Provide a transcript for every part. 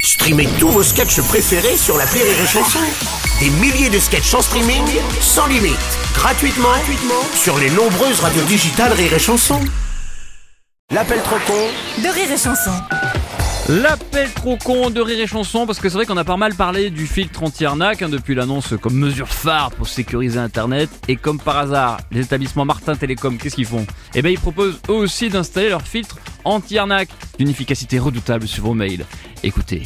Streamez tous vos sketchs préférés sur la Rire et Chanson. Des milliers de sketchs en streaming, sans limite, gratuitement, gratuitement sur les nombreuses radios digitales Rire et Chanson. L'appel trop con de rire et chanson. L'appel trop con de Rire et Chanson, parce que c'est vrai qu'on a pas mal parlé du filtre anti-arnaque hein, depuis l'annonce comme mesure phare pour sécuriser Internet. Et comme par hasard, les établissements Martin Télécom, qu'est-ce qu'ils font Eh bien, ils proposent eux aussi d'installer leur filtre anti-arnaque d'une efficacité redoutable sur vos mails. Écoutez.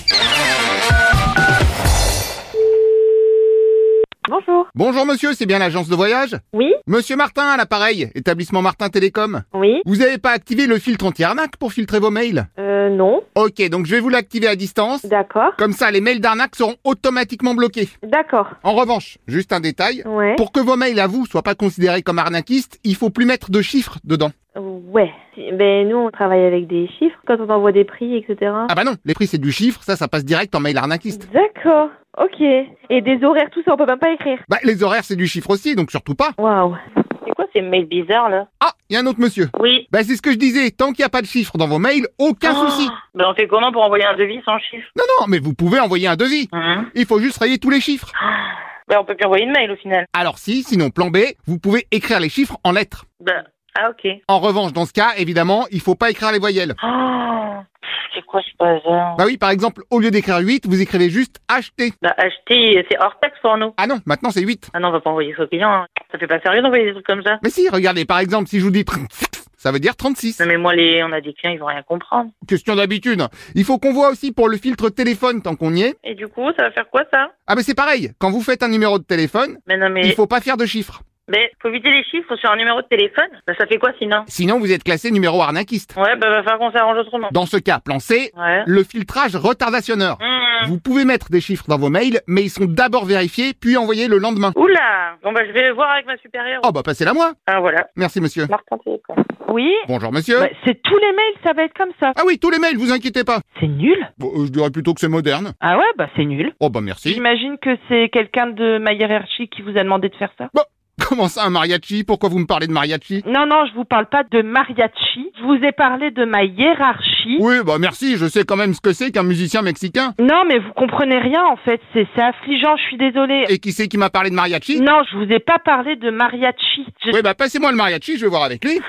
Bonjour. Bonjour monsieur, c'est bien l'agence de voyage Oui, Monsieur Martin à l'appareil, établissement Martin Télécom. oui, Vous avez pas activé le filtre anti-arnaque pour filtrer vos mails euh, non, Ok, donc je vais vous l'activer à distance. d'accord, Comme ça, les mails d'arnaque seront automatiquement bloqués. d'accord, En revanche, juste un détail. ouais, Pour que vos mails à vous soient pas considérés comme arnaquistes, il faut plus mettre de chiffres dedans. ouais. Si- Ben nous on travaille avec des chiffres quand on envoie des prix, etc. Ah bah non, les prix c'est du chiffre, ça, ça passe direct en mail arnaquiste. D'accord, ok. Et des horaires, tout ça, on peut même pas écrire. Bah les horaires c'est du chiffre aussi, donc surtout pas. Waouh. C'est quoi ces mails bizarres là Ah, il y a un autre monsieur. Oui. Bah c'est ce que je disais, tant qu'il y a pas de chiffres dans vos mails, aucun Oh. souci. Ben on fait comment pour envoyer un devis sans chiffre Non non, mais vous pouvez envoyer un devis. Hein Il faut juste rayer tous les chiffres. Ben on peut plus envoyer de mail au final. Alors si, sinon plan B, vous pouvez écrire les chiffres en lettres. Ben ah ok. En revanche, dans ce cas, évidemment, il faut pas écrire les voyelles. Oh, pff, c'est quoi ce bazar Bah oui, par exemple, au lieu d'écrire 8, vous écrivez juste HT. Ben acheter, c'est hors taxe pour nous. Ah non, maintenant c'est 8. Ah non, on va pas envoyer ça aux clients. hein. Ça fait pas sérieux d'envoyer des trucs comme ça. Mais si, regardez, par exemple, si je vous dis 36, ça veut dire 36. Non mais moi les, on a des clients, ils vont rien comprendre. Question d'habitude. Il faut qu'on voit aussi pour le filtre téléphone tant qu'on y est. Et du coup, ça va faire quoi ça Ah mais c'est pareil, quand vous faites un numéro de téléphone, Ben non mais, il faut pas faire de chiffres. ben faut éviter les chiffres sur un numéro de téléphone. Ben ça fait quoi sinon Sinon, vous êtes classé numéro arnaquiste. Ouais, ben va falloir qu'on s'arrange autrement. Dans ce cas, plan C, Ouais. le filtrage retardationneur. Mmh. Vous pouvez mettre des chiffres dans vos mails, mais ils sont d'abord vérifiés, puis envoyés le lendemain. Oula Bon ben je vais voir avec ma supérieure. Oh bah passez-la moi. Ah voilà. Merci monsieur. Martin Télécom. Oui, Bonjour monsieur. bah, c'est tous les mails, ça va être comme ça. Ah oui, tous les mails, vous inquiétez pas. C'est nul. Bon, euh, je dirais plutôt que c'est moderne. Ah ouais, bah c'est nul. Oh bah merci. J'imagine que c'est quelqu'un de ma hiérarchie qui vous a demandé de faire ça. Comment ça un mariachi Pourquoi vous me parlez de mariachi Non, non, je vous parle pas de mariachi. Je vous ai parlé de ma hiérarchie. Oui, bah merci, je sais quand même ce que c'est qu'un musicien mexicain. Non, mais vous comprenez rien en fait. C'est c'est affligeant, je suis désolée. Et qui c'est qui m'a parlé de mariachi Non, je vous ai pas parlé de mariachi. Je- Oui, bah passez-moi le mariachi, je vais voir avec lui.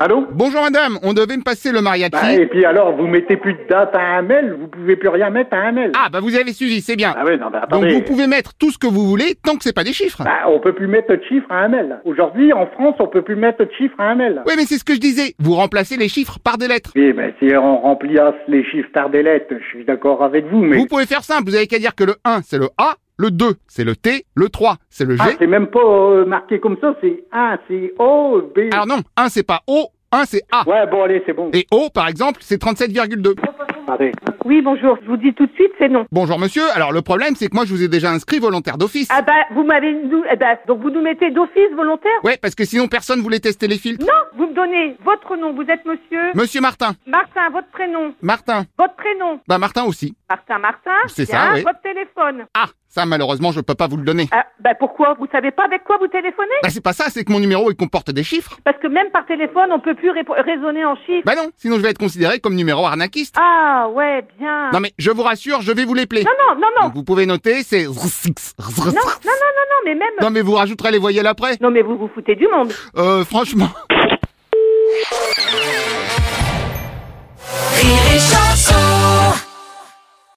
Allô Bonjour madame, on devait me passer le Bah, mariachi. Et puis alors, vous mettez plus de date à un mail, vous pouvez plus rien mettre à un mail. Ah bah vous avez suivi, c'est bien. Ah ouais, non, mais Donc attendez. vous pouvez mettre tout ce que vous voulez tant que c'est pas des chiffres. Bah, on peut plus mettre de chiffres à un mail. Aujourd'hui, en France, on peut plus mettre de chiffres à un mail. Oui, mais c'est ce que je disais, vous remplacez les chiffres par des lettres. Oui, mais si on remplace les chiffres par des lettres, je suis d'accord avec vous, mais Vous pouvez faire simple, vous avez qu'à dire que le 1 c'est le A, le 2 c'est le T, le 3 c'est le G. Ah, c'est même pas euh, marqué comme ça, c'est A, c'est O, B. Alors non, 1 c'est pas O, 1 c'est A. Ouais, bon, allez, c'est bon. Et O par exemple c'est 37,2. Attendez. Oui, bonjour. Je vous dis tout de suite, c'est non. Bonjour monsieur, alors le problème c'est que moi je vous ai déjà inscrit volontaire d'office. Ah bah, vous m'avez... nous- eh bah, donc vous nous mettez d'office volontaire Ouais, parce que sinon personne voulait tester les filtres. Non Vous me donnez votre nom. Vous êtes monsieur Monsieur Martin, Martin, votre prénom. Martin, Votre prénom. bah Martin aussi. Martin, Martin. C'est Bien. ça, oui. Votre téléphone. Ah, ça malheureusement je peux pas vous le donner. Ah, bah pourquoi Vous savez pas avec quoi vous téléphonez Bah c'est pas ça, c'est que mon numéro il comporte des chiffres. Parce que même par téléphone, on peut plus répo- raisonner en chiffres. Bah non, sinon je vais être considéré comme numéro arnaquiste. Ah, ouais, bien. Bah- Non mais je vous rassure, je vais vous les plaire. non, non, non, non. Donc vous pouvez noter, c'est... Non, non, non, non, non, mais même... Non mais vous rajouterez les voyelles après. Non, mais vous vous foutez du monde. Euh, franchement... Rire et chanson.